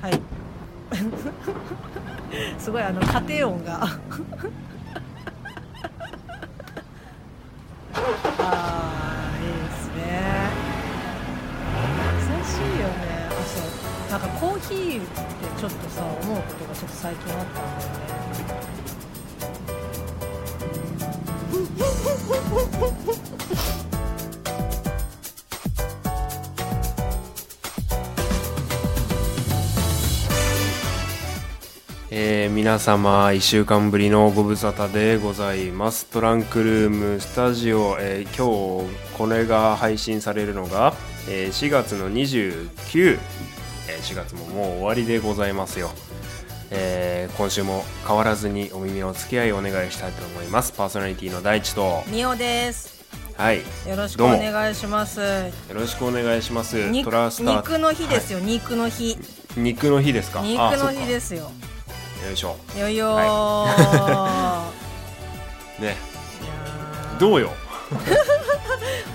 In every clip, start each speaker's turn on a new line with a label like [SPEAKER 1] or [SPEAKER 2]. [SPEAKER 1] はい すごいあの家庭音が あーいいですね優しいよねあそうなんかコーヒーってちょっとさ思うことがちょっと最近あったんだよね
[SPEAKER 2] えー皆様1週間ぶりのご無沙汰でございますトランクルームスタジオ、えー今日これが配信されるのが、えー4月の294、えー4月ももう終わりでございますよ、えー今週も変わらずにお耳をお付き合いお願いしたいと思いますパーソナリティの大地と
[SPEAKER 1] みおです
[SPEAKER 2] はいよ
[SPEAKER 1] よろしくお願いします
[SPEAKER 2] ろしくお願いします
[SPEAKER 1] 肉
[SPEAKER 2] トラスター
[SPEAKER 1] 肉の日ですよ、肉の日
[SPEAKER 2] 肉の日ですか
[SPEAKER 1] 肉
[SPEAKER 2] あ
[SPEAKER 1] の
[SPEAKER 2] そっ
[SPEAKER 1] 日
[SPEAKER 2] か
[SPEAKER 1] ですよ
[SPEAKER 2] よいしょ
[SPEAKER 1] よいよー、
[SPEAKER 2] ね
[SPEAKER 1] いやー
[SPEAKER 2] どうよ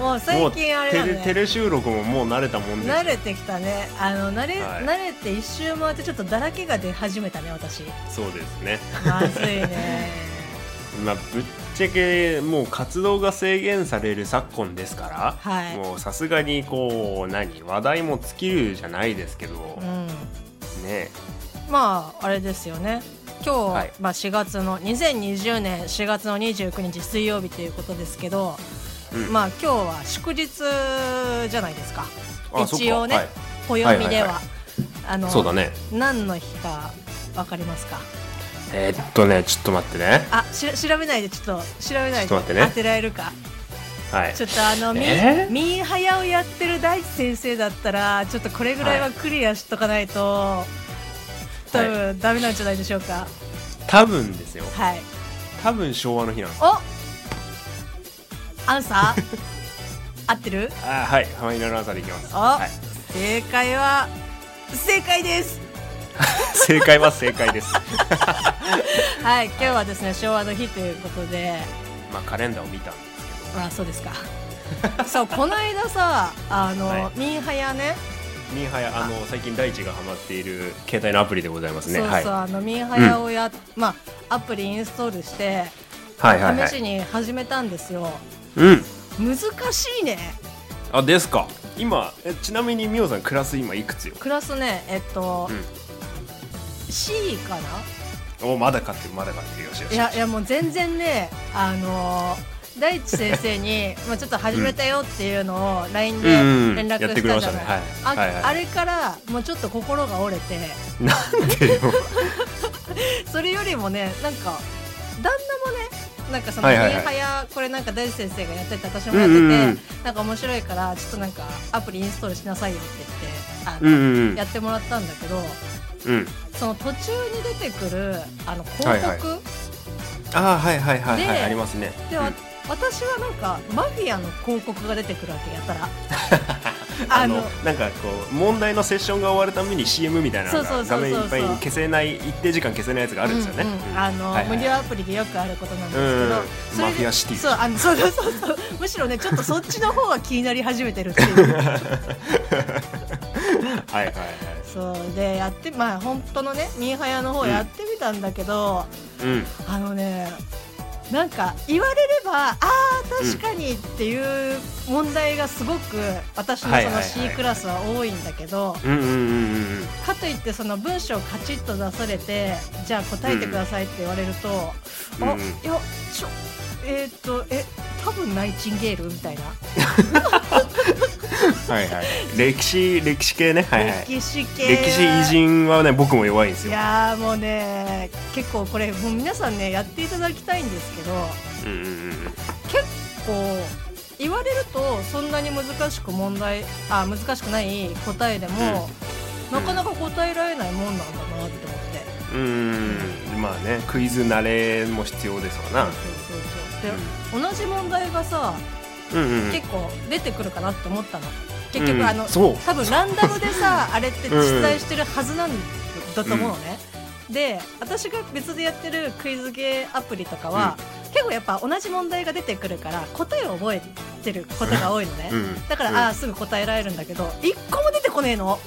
[SPEAKER 1] もう
[SPEAKER 2] も
[SPEAKER 1] 最
[SPEAKER 2] う
[SPEAKER 1] 近あれだ
[SPEAKER 2] テレテ
[SPEAKER 1] ね
[SPEAKER 2] レ収録ももう慣れたもんですよ
[SPEAKER 1] 慣れてきたねあの慣れ、
[SPEAKER 2] はい
[SPEAKER 1] 慣れて一周回ってちょっとだらけが出始めたね私
[SPEAKER 2] そうですね
[SPEAKER 1] まずい ね
[SPEAKER 2] まあぶっちゃけもう活動が制限される昨今ですから、
[SPEAKER 1] はい
[SPEAKER 2] もうさすがにこう何話題も尽きるじゃないですけど、
[SPEAKER 1] うん
[SPEAKER 2] ね
[SPEAKER 1] まああれですよね今日、
[SPEAKER 2] はい
[SPEAKER 1] まあ4月の2020年4月の29日水曜日ということですけど、
[SPEAKER 2] うん
[SPEAKER 1] まあ今日は祝日じゃないですか
[SPEAKER 2] あ
[SPEAKER 1] 一応ね、
[SPEAKER 2] そっか
[SPEAKER 1] 暦では,、
[SPEAKER 2] はいはいはい
[SPEAKER 1] あの
[SPEAKER 2] そうだね
[SPEAKER 1] 何の日かわかりますか
[SPEAKER 2] えーっとねちょっと待ってね
[SPEAKER 1] あし調べないでちょっと調べないで
[SPEAKER 2] ちょっと待ってね
[SPEAKER 1] 当てられるか
[SPEAKER 2] はい
[SPEAKER 1] ちょっとあのミー
[SPEAKER 2] えー
[SPEAKER 1] ミーハヤをやってる大地先生だったらちょっとこれぐらいはクリアしとかないと、多分ダメなんじゃないでしょうか
[SPEAKER 2] 多分ですよ
[SPEAKER 1] はい
[SPEAKER 2] 多分昭和の日なんです
[SPEAKER 1] おアンサ ー合ってる
[SPEAKER 2] あーはいファイナルアンサーでいきます、
[SPEAKER 1] お、
[SPEAKER 2] はい、
[SPEAKER 1] 正解は正解です
[SPEAKER 2] 正解は正解です
[SPEAKER 1] はい今日はですね昭和の日ということで
[SPEAKER 2] まあカレンダーを見たんですけ
[SPEAKER 1] あそう ですかそうこの間さあの、
[SPEAKER 2] はい
[SPEAKER 1] ミーハヤね
[SPEAKER 2] どミーハヤあの最近大地がハマっている携帯のアプリでございますね
[SPEAKER 1] そう
[SPEAKER 2] はい
[SPEAKER 1] そう、
[SPEAKER 2] は
[SPEAKER 1] あのミーハヤをや、まあアプリインストールして、
[SPEAKER 2] いはいは
[SPEAKER 1] 試し
[SPEAKER 2] い
[SPEAKER 1] に始めたんですよ
[SPEAKER 2] うん
[SPEAKER 1] 難しいね
[SPEAKER 2] あですか今えちなみにみおさんクラス今いくつよ
[SPEAKER 1] クラスねえっと、
[SPEAKER 2] うん
[SPEAKER 1] C かな
[SPEAKER 2] おまだ勝ってるまだ勝ってるよしよし
[SPEAKER 1] いやいやもう全然ねあのー大地先生 にまあちょっと始めたよっていうのを LINE で
[SPEAKER 2] うんうんうん
[SPEAKER 1] 連絡
[SPEAKER 2] やっ
[SPEAKER 1] して
[SPEAKER 2] くれ
[SPEAKER 1] たじ
[SPEAKER 2] まし
[SPEAKER 1] ゃ
[SPEAKER 2] た
[SPEAKER 1] な
[SPEAKER 2] ね
[SPEAKER 1] い
[SPEAKER 2] はいはいはい
[SPEAKER 1] ああれからもうちょっと心が折れて
[SPEAKER 2] なんでよ
[SPEAKER 1] それよりもねなんか旦那もねなんかその「
[SPEAKER 2] は
[SPEAKER 1] ミ
[SPEAKER 2] いはいはい
[SPEAKER 1] ーハヤこれなんか大地先生がやってて私もやってて、
[SPEAKER 2] うんうんうん
[SPEAKER 1] なんか面白いからちょっとなんかアプリインストールしなさいよって言ってあの、
[SPEAKER 2] うんうん
[SPEAKER 1] やってもらったんだけど
[SPEAKER 2] うんうん
[SPEAKER 1] その途中に出てくるあの広告、
[SPEAKER 2] はいはいああはいはいはいはい
[SPEAKER 1] で
[SPEAKER 2] ありますね
[SPEAKER 1] で、
[SPEAKER 2] うん
[SPEAKER 1] わ私はなんかマフィアの広告が出てくるわけやった ら
[SPEAKER 2] あ
[SPEAKER 1] あ
[SPEAKER 2] の
[SPEAKER 1] の
[SPEAKER 2] なんかこう問題のセッションが終わるために CM みたいなの
[SPEAKER 1] そうそう
[SPEAKER 2] が
[SPEAKER 1] そうそ
[SPEAKER 2] 画
[SPEAKER 1] う
[SPEAKER 2] 面いっぱいに消せない一定時間消せないやつがあるんですよ
[SPEAKER 1] うん
[SPEAKER 2] ね
[SPEAKER 1] うん
[SPEAKER 2] うん
[SPEAKER 1] あの、
[SPEAKER 2] はいはい
[SPEAKER 1] 無料アプリでよくあることなんですけど、
[SPEAKER 2] うん
[SPEAKER 1] それで
[SPEAKER 2] マフィアシティ
[SPEAKER 1] そうあのそうそうそうそう むしろねちょっとそっちの方が気になり始めてるっていう
[SPEAKER 2] はいはいはい
[SPEAKER 1] そうでやってまあ本当のねミーハヤの方やってみたんだけど、
[SPEAKER 2] うん
[SPEAKER 1] あのねなんか言われればあー確かにっていう問題がすごく私の
[SPEAKER 2] はい
[SPEAKER 1] そ
[SPEAKER 2] はいは
[SPEAKER 1] の
[SPEAKER 2] い
[SPEAKER 1] C クラスは多いんだけど、
[SPEAKER 2] うんうんうんうんうん
[SPEAKER 1] かといってその文章をカチッと出されてじゃあ答えてくださいって言われると、
[SPEAKER 2] うん
[SPEAKER 1] あ
[SPEAKER 2] うん
[SPEAKER 1] いやちょえーっとえ多分ナイチンゲールみたいな、
[SPEAKER 2] はいはい歴史歴史系ねはいはい
[SPEAKER 1] 歴史系
[SPEAKER 2] 歴史偉人はね僕も弱いんです
[SPEAKER 1] い
[SPEAKER 2] よ
[SPEAKER 1] やーもうね結構これもう皆さんねやっていただきたいんですけど
[SPEAKER 2] うんうんうんうん
[SPEAKER 1] 結構言われるとそんなに難しく問題あ難しくない答えでも、なかなか答えられないもんなんだなって思って。
[SPEAKER 2] うーんまあねクイズ慣れも必要ですわな
[SPEAKER 1] そうそうそうそうで、同じ問題がさ
[SPEAKER 2] うんうん
[SPEAKER 1] 結構出てくるかなって思ったの結局、
[SPEAKER 2] うん
[SPEAKER 1] あの
[SPEAKER 2] そう
[SPEAKER 1] 多分ランダムで さあれって
[SPEAKER 2] うん
[SPEAKER 1] 実在してるはずなんだと思うのね、で私が別でやってるクイズゲーアプリとかは、結構やっぱ同じ問題が出てくるから答えを覚えてることが多いのね、
[SPEAKER 2] うん
[SPEAKER 1] だから、
[SPEAKER 2] うん
[SPEAKER 1] ああすぐ答えられるんだけど一個も出てこねえの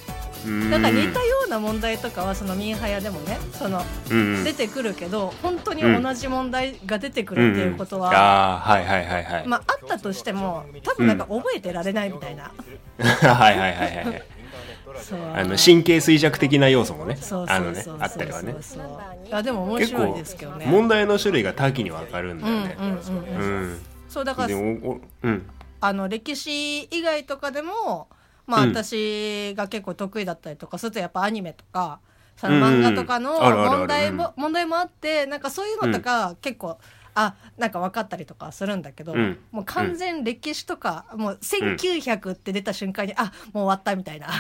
[SPEAKER 2] うん
[SPEAKER 1] なんか似たような問題とかはそのミンハヤでもねその
[SPEAKER 2] うん
[SPEAKER 1] 出てくるけど本当に同じ問題が出てくるっていうこと
[SPEAKER 2] うんうん
[SPEAKER 1] は、
[SPEAKER 2] あーはいはいはいはい、
[SPEAKER 1] まあ、あったとしても多分なんか覚えてられないみたいな、
[SPEAKER 2] はいはいはいはい はい
[SPEAKER 1] そう
[SPEAKER 2] あの神経衰弱的な要素もね
[SPEAKER 1] そう
[SPEAKER 2] あ
[SPEAKER 1] そ
[SPEAKER 2] の
[SPEAKER 1] う
[SPEAKER 2] ね
[SPEAKER 1] そう
[SPEAKER 2] あったりはね
[SPEAKER 1] そうそうあでも面白いですけどね
[SPEAKER 2] 問題の種類が多岐に分かるんだ
[SPEAKER 1] うんうん
[SPEAKER 2] よね
[SPEAKER 1] うん
[SPEAKER 2] う
[SPEAKER 1] うん
[SPEAKER 2] ん
[SPEAKER 1] そうだから
[SPEAKER 2] でもおおうん
[SPEAKER 1] あの歴史以外とかでもまあ
[SPEAKER 2] うん
[SPEAKER 1] 私が結構得意だったりとかするとやっぱアニメとかそ
[SPEAKER 2] うん
[SPEAKER 1] の
[SPEAKER 2] うんうん
[SPEAKER 1] 漫画とかの
[SPEAKER 2] あるあるある
[SPEAKER 1] 問題も問題もあってなんかそういうのとか結構あなんか分かったりとかするんだけど
[SPEAKER 2] うん
[SPEAKER 1] もう完全歴史とかもう1900って出た瞬間にあもう終わったみたい な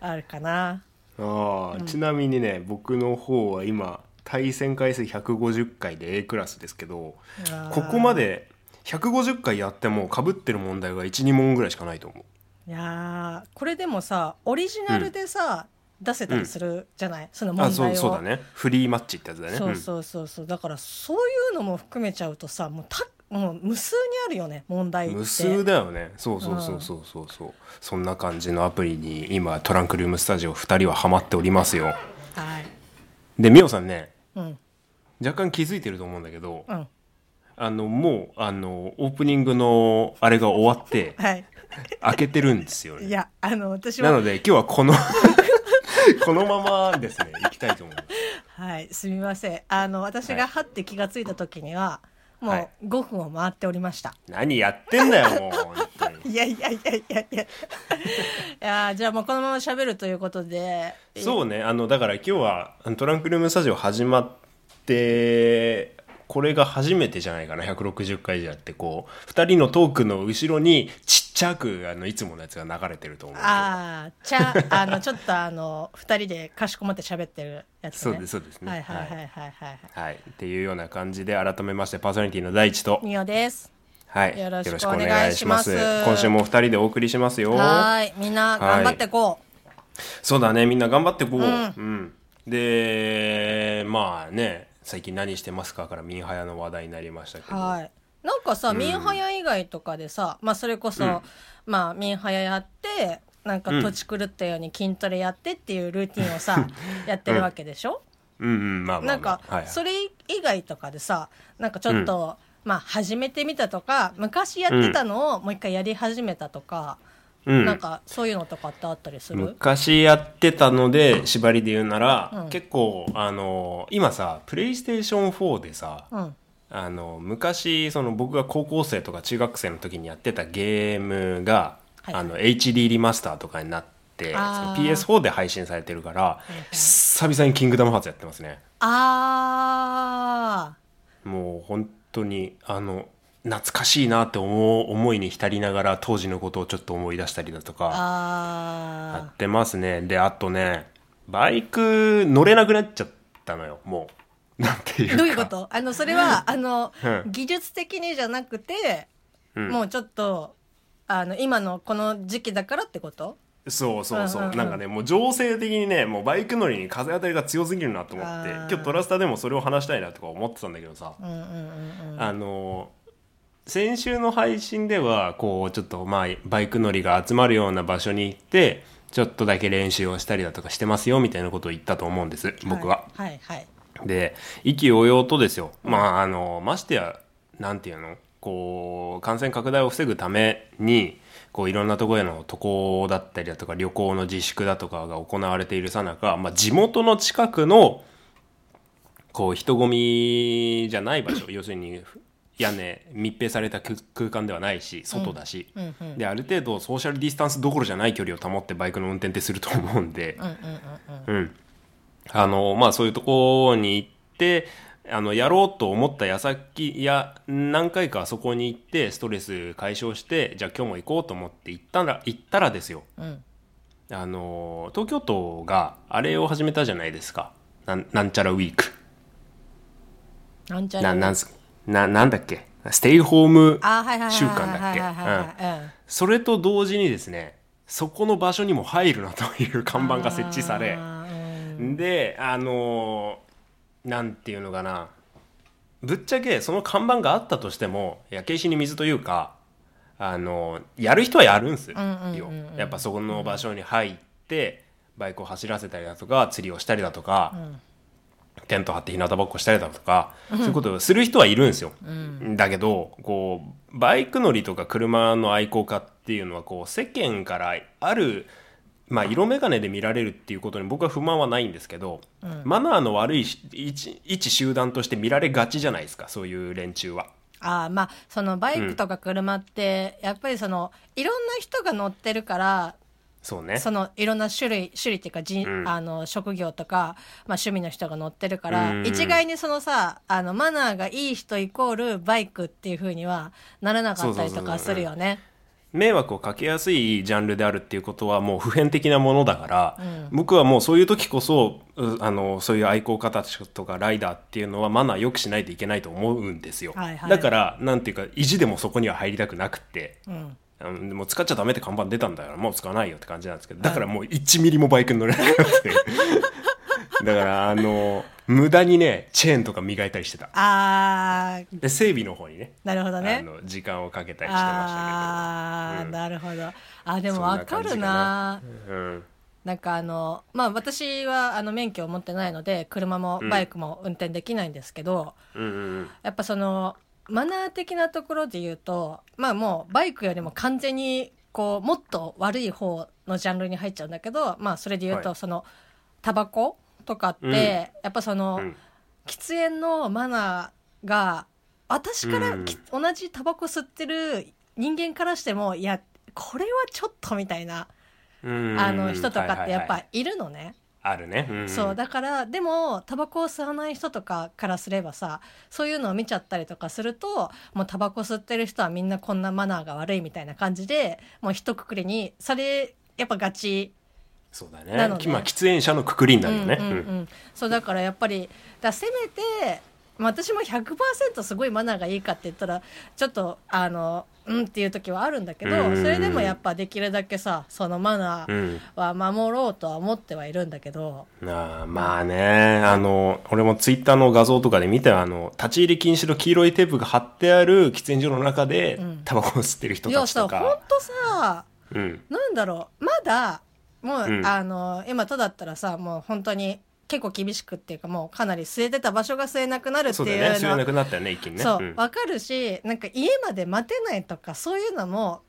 [SPEAKER 1] あるかな
[SPEAKER 2] ああ、ちなみにね僕の方は今対戦回数150回で A クラスですけどここまで150回やってもかぶってる問題が12問ぐらいしかないと思う
[SPEAKER 1] いやーこれでもさオリジナルでさ、出せたりするじゃない、その問題を
[SPEAKER 2] あそうそうだねフリーマッチってやつだね
[SPEAKER 1] そう
[SPEAKER 2] う
[SPEAKER 1] そうそうそうだからそういうのも含めちゃうとさもうたもう無数にあるよね問題っ
[SPEAKER 2] ん
[SPEAKER 1] て
[SPEAKER 2] 無数だよねそうそうそうそうそうそうそんな感じのアプリに今トランクルームスタジオ2人はハマっておりますよ
[SPEAKER 1] はい
[SPEAKER 2] でミオさんね
[SPEAKER 1] うん
[SPEAKER 2] 若干気づいてると思うんだけど
[SPEAKER 1] うん
[SPEAKER 2] あのもうあのオープニングのあれが終わ って
[SPEAKER 1] はい
[SPEAKER 2] 開けてるんですよね
[SPEAKER 1] いやあの私
[SPEAKER 2] な
[SPEAKER 1] は
[SPEAKER 2] ので今日はこの このままですね行きたいと思います
[SPEAKER 1] はいすみませんあの私
[SPEAKER 2] はい
[SPEAKER 1] がはって気がついた時にはも
[SPEAKER 2] はいう
[SPEAKER 1] 5分を回っておりました、
[SPEAKER 2] 何やってんだよもう本当に
[SPEAKER 1] い、やいやいやいやい やいやーじゃあもうこのまま喋るということで
[SPEAKER 2] そうねあのだから今日はあのトランクルームスタジオ始まってこれが初めてじゃないかな160回じゃってこう2人のトークの後ろにちっちゃくあのいつものやつが流れてると思う
[SPEAKER 1] ああ、ちゃ、あの、ちょっと、あの、二人でかしこまって喋ってるやつ、ね。
[SPEAKER 2] そうですそうですね
[SPEAKER 1] はいはいはいはいはい。
[SPEAKER 2] はい、っていうような感じで改めましてパーソナリティの大地と、
[SPEAKER 1] みおです。
[SPEAKER 2] はい、
[SPEAKER 1] よろしくお願いします
[SPEAKER 2] よろしくお願いし今週も2人でお送りしますよ
[SPEAKER 1] はーい、みんな頑張ってこ
[SPEAKER 2] そうだねみんな頑張ってこう、うん
[SPEAKER 1] ん
[SPEAKER 2] でまあね最近何してますかからミンハヤの話題になりましたけ
[SPEAKER 1] う。
[SPEAKER 2] ど
[SPEAKER 1] はい。なんかさ、ミンハヤ以外とかでさ、まあ、それこそ、
[SPEAKER 2] うん
[SPEAKER 1] まあ、ミンハヤやって。なんか
[SPEAKER 2] うん
[SPEAKER 1] 土地狂ったように筋トレやってっていうルーティンをさ、 やってるわけでしょ
[SPEAKER 2] うんうんまあま
[SPEAKER 1] な
[SPEAKER 2] あ
[SPEAKER 1] ん
[SPEAKER 2] ま
[SPEAKER 1] か
[SPEAKER 2] あ、はいはい
[SPEAKER 1] それ以外とかでさ、なんかちょっと、まあ、始めてみたとか、昔やってたのをもう一回やり始めたとか、
[SPEAKER 2] うん
[SPEAKER 1] なんかそういうのとかってあったりする、
[SPEAKER 2] 昔やってたので縛りで言うなら、
[SPEAKER 1] うん
[SPEAKER 2] 結構あの今さプレイステーション4でさ、
[SPEAKER 1] うん、
[SPEAKER 2] あの昔その僕が高校生とか中学生の時にやってたゲームが、
[SPEAKER 1] はい
[SPEAKER 2] あの HD リマスターとかになってそ
[SPEAKER 1] あ
[SPEAKER 2] の
[SPEAKER 1] ー
[SPEAKER 2] PS4 で配信されてるから、
[SPEAKER 1] いはい
[SPEAKER 2] 久々に「キングダムハーツ」やってますね
[SPEAKER 1] あ
[SPEAKER 2] もう本当にあの懐かしいなって思う思いに浸りながら当時のことをちょっと思い出したりだと
[SPEAKER 1] ー
[SPEAKER 2] かや
[SPEAKER 1] あ
[SPEAKER 2] ってますねであとねバイク乗れなくなっちゃったのよもう なんていう
[SPEAKER 1] ー
[SPEAKER 2] か
[SPEAKER 1] どういうことあのそれはあの、
[SPEAKER 2] うん
[SPEAKER 1] 技術的にじゃなくて、
[SPEAKER 2] うん
[SPEAKER 1] もうちょっとあの今のこの時期だからってこと
[SPEAKER 2] そうそうそう,、
[SPEAKER 1] うんうんうん
[SPEAKER 2] なんかねもう情勢的にねもうバイク乗りに風当たりが強すぎるなと思って
[SPEAKER 1] あー
[SPEAKER 2] 今日トラスタでもそれを話したいなとか思ってたんだけどさ、
[SPEAKER 1] うんうんうんうん
[SPEAKER 2] あの先週の配信ではこうちょっとまあバイク乗りが集まるような場所に行ってちょっとだけ練習をしたりだとかしてますよみたいなことを言ったと思うんです僕は。
[SPEAKER 1] はいはいはい
[SPEAKER 2] で意気揚々とですよ、まああのましてやなんていうのこう感染拡大を防ぐためにこういろんなところへの渡航だったりだとか旅行の自粛だとかが行われているさなか、まあ、地元の近くのこう人混みじゃない場所 要するに屋根密閉された空空間ではないし外だし、
[SPEAKER 1] うんうん
[SPEAKER 2] である程度ソーシャルディスタンスどころじゃない距離を保ってバイクの運転ってすると思うんで。
[SPEAKER 1] うんうんうん
[SPEAKER 2] うん。あの、まあそういうとこに行って、あの、やろうと思った矢先、いや、何回かあそこに行って、ストレス解消して、じゃあ今日も行こうと思って行ったら、行ったらですよ。
[SPEAKER 1] うんうん
[SPEAKER 2] あの、東京都があれを始めたじゃないですか。なん、なんちゃらウィーク。
[SPEAKER 1] なんちゃら
[SPEAKER 2] な、なんす、な、なんだっけ。ステイホーム
[SPEAKER 1] あーはいはいはい
[SPEAKER 2] 週間だっ
[SPEAKER 1] はい
[SPEAKER 2] け。う
[SPEAKER 1] はいはい
[SPEAKER 2] ん。
[SPEAKER 1] はいはいうん
[SPEAKER 2] それと同時にですね、そこの場所にも入るなという看板が設置され、
[SPEAKER 1] あーうん
[SPEAKER 2] であのーなんていうのかなぶっちゃけその看板があったとしても焼け石に水というかあのやる人はやるんですよ、
[SPEAKER 1] うんうんうんうん
[SPEAKER 2] やっぱそこの場所に入ってバイクを走らせたりだとか釣りをしたりだとか、テント張って日向ぼっこしたりだとか、そういうことをする人はいるんですよ、だけどこうバイク乗りとか車の愛好家っていうのはこう世間からあるまあ、色眼鏡で見られるっていうことに僕は不満はないんですけど、マナーの悪いし一一集団として見られがちじゃないですかそういう連中は。
[SPEAKER 1] ああまあそのバイクとか車って、やっぱりそのいろんな人が乗ってるから
[SPEAKER 2] そうね
[SPEAKER 1] そのいろんな種類種類っていうかじ、
[SPEAKER 2] うん
[SPEAKER 1] あの職業とか、まあ、趣味の人が乗ってるから、
[SPEAKER 2] うん
[SPEAKER 1] 一概にそのさあのマナーがいい人イコールバイクっていうふうにはならなかったりとかするよね。
[SPEAKER 2] 迷惑をかけやすいジャンルであるっていうことはもう普遍的なものだから、僕はもうそういう時こそうあのそういう愛好家たちとかライダーっていうのはマナー良くしないといけないと思うんですよ、
[SPEAKER 1] はいはい
[SPEAKER 2] だからなんていうか意地でもそこには入りたくなくって、
[SPEAKER 1] うん
[SPEAKER 2] あのもう使っちゃダメって看板出たんだからもう使わないよって感じなんですけどだからもう1ミリもバイクに乗れなくて だからあの無駄にねチェーンとか磨いたりしてた
[SPEAKER 1] あー
[SPEAKER 2] で整備の方にね
[SPEAKER 1] なるほど
[SPEAKER 2] あ
[SPEAKER 1] ね。
[SPEAKER 2] の時間をかけたりしてま
[SPEAKER 1] ああー、
[SPEAKER 2] うん
[SPEAKER 1] なるほど。あで
[SPEAKER 2] そ
[SPEAKER 1] も
[SPEAKER 2] んな
[SPEAKER 1] わかる
[SPEAKER 2] 感じか
[SPEAKER 1] な
[SPEAKER 2] な。したけど、うん、
[SPEAKER 1] なんかあのまあ私はあの免許を持ってないので車も
[SPEAKER 2] うん
[SPEAKER 1] バイクも運転できないんですけど。
[SPEAKER 2] うんうんうん
[SPEAKER 1] やっぱそのマナー的なところで言うとまあもうバイクよりも完全にこうもっと悪い方のジャンルに入っちゃうんだけどまあそれで言う
[SPEAKER 2] は
[SPEAKER 1] と
[SPEAKER 2] い
[SPEAKER 1] その、タバコとかって、
[SPEAKER 2] うん
[SPEAKER 1] やっぱその、
[SPEAKER 2] うん
[SPEAKER 1] 喫煙のマナーが私から
[SPEAKER 2] うん
[SPEAKER 1] き、同じタバコ吸ってる人間からしてもいやこれはちょっとみたいな、あ
[SPEAKER 2] あ
[SPEAKER 1] の人とかってやっぱ
[SPEAKER 2] り
[SPEAKER 1] いるのね。
[SPEAKER 2] あるね。ん
[SPEAKER 1] そうだからでもタバコを吸わない人とかからすればさそういうのを見ちゃったりとかするともうタバコ吸ってる人はみんなこんなマナーが悪いみたいな感じでもう一括りにされやっぱがち
[SPEAKER 2] そうだ
[SPEAKER 1] な
[SPEAKER 2] ね。
[SPEAKER 1] ので
[SPEAKER 2] まあ喫煙者のくくりにな
[SPEAKER 1] う
[SPEAKER 2] るよ
[SPEAKER 1] んうん
[SPEAKER 2] ね。
[SPEAKER 1] うんそうだからやっぱりだせめて、まあ、私も100%すごいマナーがいいかって言ったらちょっとあのうんっていう時はあるんだけど
[SPEAKER 2] うんうんうん
[SPEAKER 1] それでもやっぱできるだけさそのマナ
[SPEAKER 2] う
[SPEAKER 1] ー
[SPEAKER 2] ん
[SPEAKER 1] は守ろうとは思ってはいるんだけど。
[SPEAKER 2] うんあーまあね、あの、俺もツイッターの画像とかで見たあの、立ち入り禁止の黄色いテープが貼ってある喫煙所の中で
[SPEAKER 1] ん、
[SPEAKER 2] タバコを吸ってる人
[SPEAKER 1] い
[SPEAKER 2] た
[SPEAKER 1] や
[SPEAKER 2] ち
[SPEAKER 1] さ
[SPEAKER 2] と
[SPEAKER 1] ほん
[SPEAKER 2] か。
[SPEAKER 1] とさ
[SPEAKER 2] うん。
[SPEAKER 1] なんだろうまだもう、
[SPEAKER 2] うん
[SPEAKER 1] あの今とだったらさもう本当に結構厳しくっていうかもうかなり据えてた場所が据えなくなるって
[SPEAKER 2] そうだ
[SPEAKER 1] い
[SPEAKER 2] よ
[SPEAKER 1] う
[SPEAKER 2] ね。
[SPEAKER 1] の
[SPEAKER 2] 吸えなくなったよね、一気にね。
[SPEAKER 1] そう、
[SPEAKER 2] ん
[SPEAKER 1] わかるしなんか家まで待てないとかそういうのも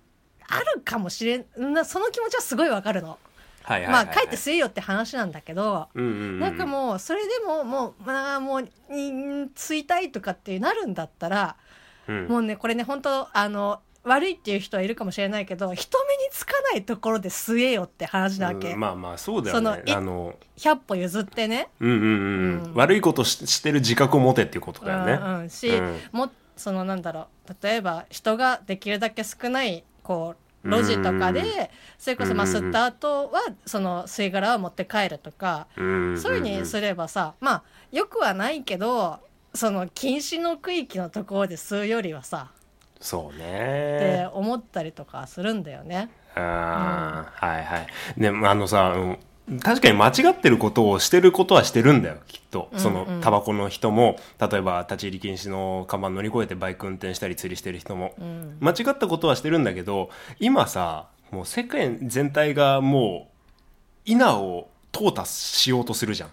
[SPEAKER 1] あるかもしれんなその気持ちはすごいわかるの、
[SPEAKER 2] はいはいはいはい。
[SPEAKER 1] まあ帰って吸えよって話なんだけど、
[SPEAKER 2] うんうんうん。
[SPEAKER 1] なんかもうそれでももうまあもうに吸いたいとかってなるんだったら
[SPEAKER 2] うん、
[SPEAKER 1] もうね、これね、本当あの、悪いっていう人はいるかもしれないけど、人目につかないところで吸えよって話なわけ。
[SPEAKER 2] うんまあまあ、そうだよね。
[SPEAKER 1] その
[SPEAKER 2] あの、
[SPEAKER 1] 100歩譲ってね。
[SPEAKER 2] うんうんうん。
[SPEAKER 1] うん
[SPEAKER 2] 悪いことししてる自覚を持てっていうことだよね。
[SPEAKER 1] うんうん、し、
[SPEAKER 2] うん
[SPEAKER 1] も、そのなんだろう、例えば人ができるだけ少ない、こう、路地とか
[SPEAKER 2] うんうん
[SPEAKER 1] で、それこそまあ
[SPEAKER 2] うんうんうん
[SPEAKER 1] 吸った後は、その吸い殻を持って帰るとか、
[SPEAKER 2] うんうんうん
[SPEAKER 1] そういうふうにすればさ、まあ、よくはないけど、その禁止の区域のところで吸うよりはさ、
[SPEAKER 2] そうね。
[SPEAKER 1] って思ったりとかするんだよね。
[SPEAKER 2] ああ、はいはい。でもあのさ、うん確かに間違ってることをしてることはしてるんだよ、きっと。そ
[SPEAKER 1] うんう
[SPEAKER 2] の
[SPEAKER 1] ん
[SPEAKER 2] タバコの人も、例えば立ち入り禁止の看板乗り越えてバイク運転したり釣りしてる人も。
[SPEAKER 1] うん。
[SPEAKER 2] 間違ったことはしてるんだけど、今さ、もう世界全体がもう、稲を淘汰しようとするじゃん。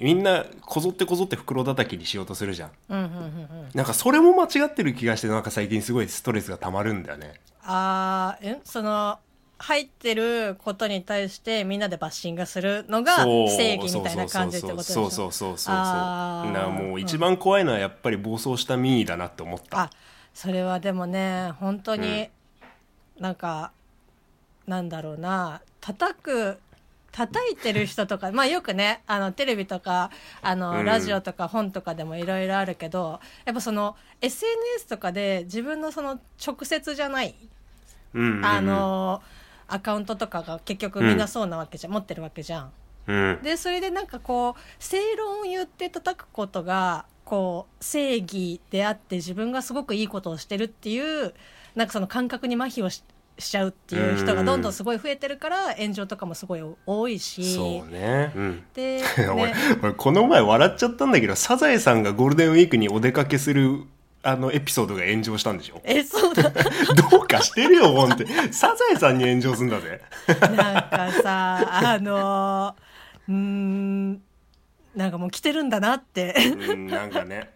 [SPEAKER 2] みんなこぞってこぞって袋叩きにしようとするじゃん。
[SPEAKER 1] うんうんうんうん。
[SPEAKER 2] なんかそれも間違ってる気がして、なんか最近すごいストレスが溜まるんだよね。
[SPEAKER 1] あーんその入ってることに対してみんなでバッシングするのが
[SPEAKER 2] そう
[SPEAKER 1] 正義みたいな感じってことでしょ
[SPEAKER 2] そうそうそうそうそうそう
[SPEAKER 1] あー
[SPEAKER 2] だからもう一番怖いのはやっぱり暴走した民意だなって思った
[SPEAKER 1] あそれはでもね本当に、なんかなんだろうな叩く叩いてる人とかまあよくねあのテレビとかあの、
[SPEAKER 2] うん
[SPEAKER 1] ラジオとか本とかでもいろいろあるけどやっぱその SNS とかで自分のその直接じゃない
[SPEAKER 2] うんうんうん
[SPEAKER 1] あの、アカウントとかが結局みんなそうなわけじゃん、持ってるわけじゃん。
[SPEAKER 2] うん
[SPEAKER 1] でそれでなんかこう正論を言って叩くことがこう正義であって自分がすごくいいことをしてるっていうなんかその感覚に麻痺をししちゃうっていう人がどんどんすごい増えてるから炎上とかもすごい多いし。
[SPEAKER 2] そうねうん
[SPEAKER 1] で、
[SPEAKER 2] 俺
[SPEAKER 1] ね、
[SPEAKER 2] 俺この前笑っちゃったんだけどサザエさんがゴールデンウィークにお出かけするあのエピソードが炎上したんで しょ
[SPEAKER 1] えそうだ
[SPEAKER 2] どうかしてるよ本ってサザエさんに炎上すんだぜ
[SPEAKER 1] なんかさあのーうーんなんかもう来てるんだなって
[SPEAKER 2] うんなんかね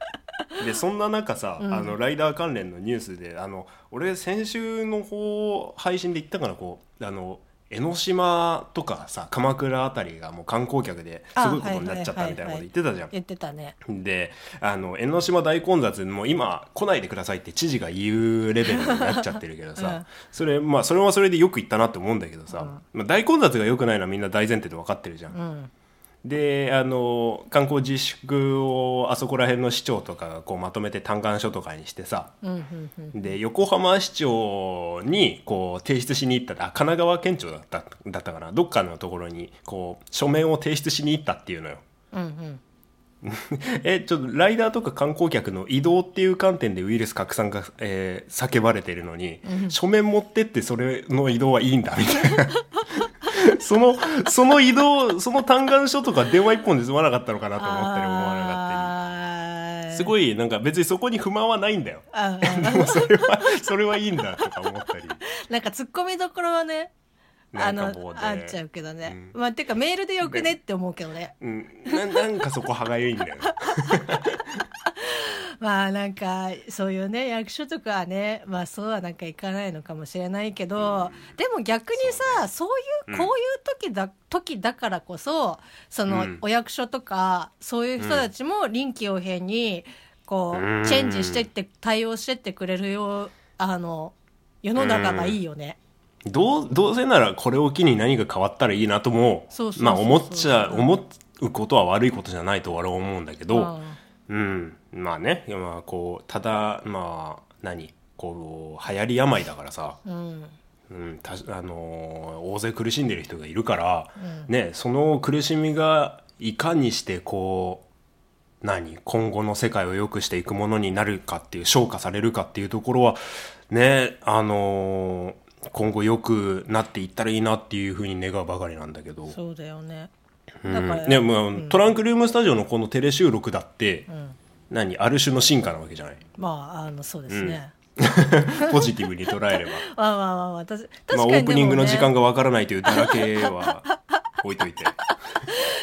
[SPEAKER 2] でそんな中さ、あのライダー関連のニュースであの俺先週の方配信で言ったからこうあの江ノ島とかさ鎌倉あたりがもう観光客ですごいことになっちゃったみたいなこと言ってたじゃん。
[SPEAKER 1] 言ってたね
[SPEAKER 2] であの江ノ島大混雑もう今来ないでくださいって知事が言うレベルになっちゃってるけどさ、
[SPEAKER 1] うん
[SPEAKER 2] それまあそれはそれでよく言ったなって思うんだけどさ、まあ、大混雑が良くないのはみんな大前提で分かってるじゃん
[SPEAKER 1] う、ん
[SPEAKER 2] であの観光自粛をあそこら辺の市長とかがこうまとめて嘆願書とかにしてさ
[SPEAKER 1] うんうんうん
[SPEAKER 2] で横浜市長にこう提出しに行ったらあ神奈川県庁だっただったかなどっかのところにこう書面を提出しに行ったっていうのよ。
[SPEAKER 1] うんうん
[SPEAKER 2] えちょっとライダーとか観光客の移動っていう観点でウイルス拡散が、えー叫ばれてるのに、書面持ってってそれの移動はいいんだみたいな そのその移動その嘆願書とか電話一本で済まなかったのかなと思ったり思わなかっ
[SPEAKER 1] あ
[SPEAKER 2] た
[SPEAKER 1] ー
[SPEAKER 2] りすごいなんか別にそこに不満はないんだよ
[SPEAKER 1] あー
[SPEAKER 2] でもそれはそれはいいんだとか思ったり
[SPEAKER 1] なんか突っ込みどころはねあ
[SPEAKER 2] なん
[SPEAKER 1] の
[SPEAKER 2] かもうね
[SPEAKER 1] あっちゃうけどね、
[SPEAKER 2] う
[SPEAKER 1] まあてかメールでよくねって思うけどね
[SPEAKER 2] うんななんかそこ歯がゆいんだよね
[SPEAKER 1] まあなんかそういうね役所とかはねまあそうはなんかいかないのかもしれないけど、でも逆にさそう,、いうこういう時だ、時だからこそその
[SPEAKER 2] うん
[SPEAKER 1] お役所とかそういう人たちも臨機応変にこう、
[SPEAKER 2] うん
[SPEAKER 1] チェンジしてって対応してってくれるようあの世の中がいいよね。
[SPEAKER 2] どうどうせならこれを機に何か変わったらいいなとも
[SPEAKER 1] そうそうそうそう
[SPEAKER 2] まあ思っちゃ思うことは悪いことじゃないと俺は思うんだけ
[SPEAKER 1] う
[SPEAKER 2] ど、
[SPEAKER 1] ん
[SPEAKER 2] うん、まあね、まあ、こうただまあ何こう流行り病だからさ、
[SPEAKER 1] うん
[SPEAKER 2] うんたあのー大勢苦しんでる人がいるから、ね、その苦しみがいかにしてこう何今後の世界を良くしていくものになるかっていう昇華されるかっていうところはねあのー今後良くなっていったらいいなっていうふうに願うばかりなんだけど。
[SPEAKER 1] そうだよね。
[SPEAKER 2] うん
[SPEAKER 1] だから、
[SPEAKER 2] ねまあトランクルームスタジオのこのテレ収録だって、
[SPEAKER 1] ん
[SPEAKER 2] 何ある種の進化なわけ じゃない
[SPEAKER 1] まああのそうですね。
[SPEAKER 2] ポジティブに捉えれば、
[SPEAKER 1] まあまあまあまあ私確か
[SPEAKER 2] ま
[SPEAKER 1] に
[SPEAKER 2] あ、オ
[SPEAKER 1] でも、ね
[SPEAKER 2] ープニングの時間がわからないというだらけ は置いといて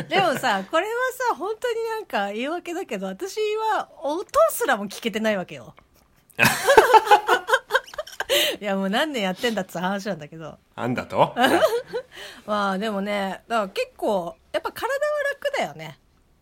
[SPEAKER 1] でもさこれはさ本当になんか言い訳だけど私は音すらも聞けてないわけ よ。いやもう何年やってんだって話なんだけど
[SPEAKER 2] なん だと
[SPEAKER 1] まあでもねだから結構やっぱ体は楽だよね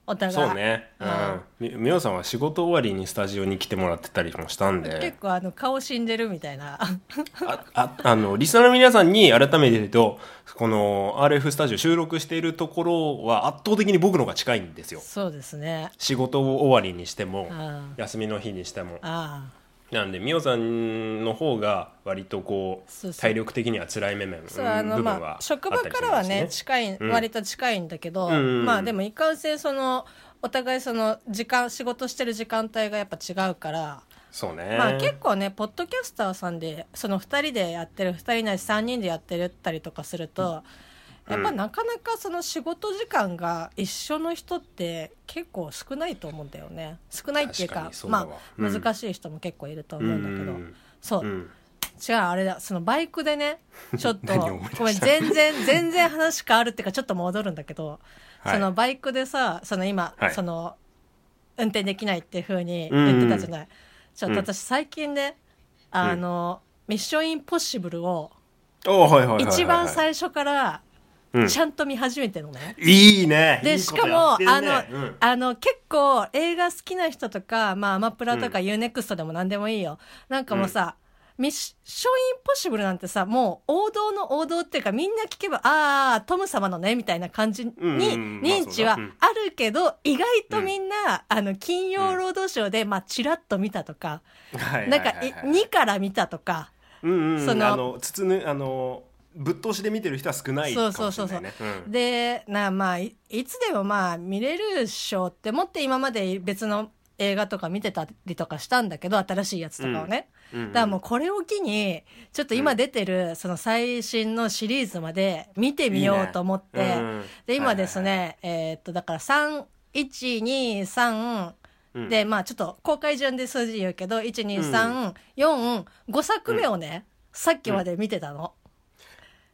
[SPEAKER 1] お互い
[SPEAKER 2] そうねうんみみおさんは仕事終わりにスタジオに来てもらってたりもしたんで
[SPEAKER 1] 結構あの顔死んでるみたいな
[SPEAKER 2] あああのリスナーの皆さんに改めて言うとこの RF スタジオ収録しているところは圧倒的に僕の方が近いんですよ
[SPEAKER 1] そうですね
[SPEAKER 2] 仕事終わりにしても
[SPEAKER 1] うん
[SPEAKER 2] 休みの日にしても
[SPEAKER 1] ああ
[SPEAKER 2] なんで美桜さんの方が割とこう
[SPEAKER 1] そうそう
[SPEAKER 2] 体力的には辛い面々
[SPEAKER 1] そうあの
[SPEAKER 2] 部分
[SPEAKER 1] ま
[SPEAKER 2] は
[SPEAKER 1] あ職場からはね近い、
[SPEAKER 2] ん
[SPEAKER 1] 割と近いんだけど、
[SPEAKER 2] うんうんうん
[SPEAKER 1] まあでもいかんせんそのお互いその時間仕事してる時間帯がやっぱ違うから
[SPEAKER 2] そうね、
[SPEAKER 1] まあ結構ねポッドキャスターさんでその2人でやってる2人ないし3人でやってるったりとかすると、
[SPEAKER 2] うん
[SPEAKER 1] やっぱなかなかその仕事時間が一緒の人って結構少ないと思うんだよね少ないっていうか
[SPEAKER 2] 確かにそうだわ
[SPEAKER 1] まあ、
[SPEAKER 2] うん
[SPEAKER 1] 難しい人も結構いると思うんだけど、
[SPEAKER 2] うん
[SPEAKER 1] そう、
[SPEAKER 2] うん
[SPEAKER 1] 違うあれだそのバイクで ねちょっと
[SPEAKER 2] 何を思い出した
[SPEAKER 1] ごめん全然全然話変わるっていうかちょっと戻るんだけど、
[SPEAKER 2] はい
[SPEAKER 1] そのバイクでさその今、
[SPEAKER 2] はい
[SPEAKER 1] その運転できないっていうふうに言ってたじゃない、ちょっと私最近ね、あの、ミッションインポッシブル」を
[SPEAKER 2] おーはいはいはいはいはい
[SPEAKER 1] 一番最初から
[SPEAKER 2] うん
[SPEAKER 1] ちゃんと見始めてるのね。
[SPEAKER 2] いいねい
[SPEAKER 1] で
[SPEAKER 2] い
[SPEAKER 1] し
[SPEAKER 2] こ
[SPEAKER 1] か
[SPEAKER 2] とやっ
[SPEAKER 1] も、
[SPEAKER 2] てる
[SPEAKER 1] あ
[SPEAKER 2] ね
[SPEAKER 1] の、
[SPEAKER 2] うん
[SPEAKER 1] あの結構映画好きな人とか、まあ、アマプラとか UNEXT でも何でもいいよ、なんかもうさ、ミッションインポッシブルなんてさもう王道の王道っていうかみんな聞けばああトム様のねみたいな感じに
[SPEAKER 2] うんうんまあ
[SPEAKER 1] 認知は
[SPEAKER 2] そうだうん
[SPEAKER 1] あるけど、意外とみんな、あの金曜ロードショーで、まあ、ちらっと見たとか、
[SPEAKER 2] はいはい
[SPEAKER 1] なんか、
[SPEAKER 2] はいはい
[SPEAKER 1] い2から見たとか、
[SPEAKER 2] うんうん
[SPEAKER 1] その
[SPEAKER 2] あのつつぬあのぶっ通しで見てる人は少ないかもしれないね
[SPEAKER 1] そうそうそう
[SPEAKER 2] うん
[SPEAKER 1] でなまあいいつでもまあ見れるっしょって思って今まで別の映画とか見てたりとかしたんだけど新しいやつとかをね、
[SPEAKER 2] うんうん
[SPEAKER 1] だからもうこれを機にちょっと今出てるその最新のシリーズまで見てみようと思って
[SPEAKER 2] いいねうん
[SPEAKER 1] で今ですね、えーっとだから3 1 2 3
[SPEAKER 2] うん
[SPEAKER 1] でまあちょっと公開順で数字言うけど1234、5作目をね、さっきまで見てたの。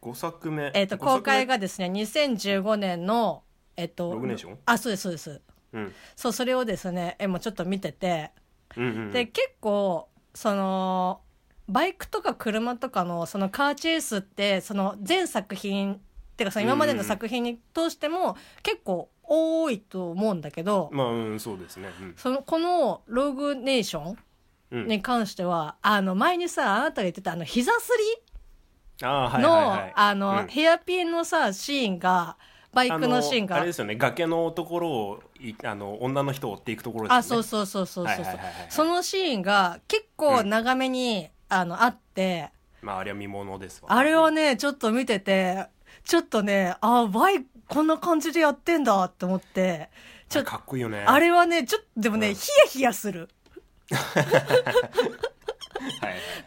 [SPEAKER 2] 5作目
[SPEAKER 1] えっと
[SPEAKER 2] 五作目
[SPEAKER 1] 公開がですね2015年のえっと
[SPEAKER 2] ログネーション
[SPEAKER 1] あそうですそうです
[SPEAKER 2] うん
[SPEAKER 1] そうそれをですねえもうちょっと見てて
[SPEAKER 2] うんうん
[SPEAKER 1] で結構そのバイクとか車とかのそのカーチェイスってその全作品っていうかその今までの作品に通しても結構多いと思うんだけど、
[SPEAKER 2] まあうんそうですねうん
[SPEAKER 1] そのこの「ログネーション」
[SPEAKER 2] うん
[SPEAKER 1] に関しては、あの前にさあなたが言ってたあの膝す
[SPEAKER 2] あー
[SPEAKER 1] り
[SPEAKER 2] はい
[SPEAKER 1] の、
[SPEAKER 2] はいはい
[SPEAKER 1] あの、
[SPEAKER 2] うん
[SPEAKER 1] ヘアピンのさシーンがバイクのシーン
[SPEAKER 2] あ
[SPEAKER 1] が
[SPEAKER 2] あれですよね崖のところをいあの女の人を追っていくところですよね
[SPEAKER 1] あそうそうそうそうそうそう、
[SPEAKER 2] はいはいはいはい
[SPEAKER 1] そのシーンが結構長めに、あのあって
[SPEAKER 2] まああれは見ものですわ
[SPEAKER 1] あれはねちょっと見ててちょっとねあバイクこんな感じでやってんだって思ってちょっと
[SPEAKER 2] かっこいいよね
[SPEAKER 1] あれはねちょっとでもね、
[SPEAKER 2] うん
[SPEAKER 1] ヒヤヒヤする
[SPEAKER 2] は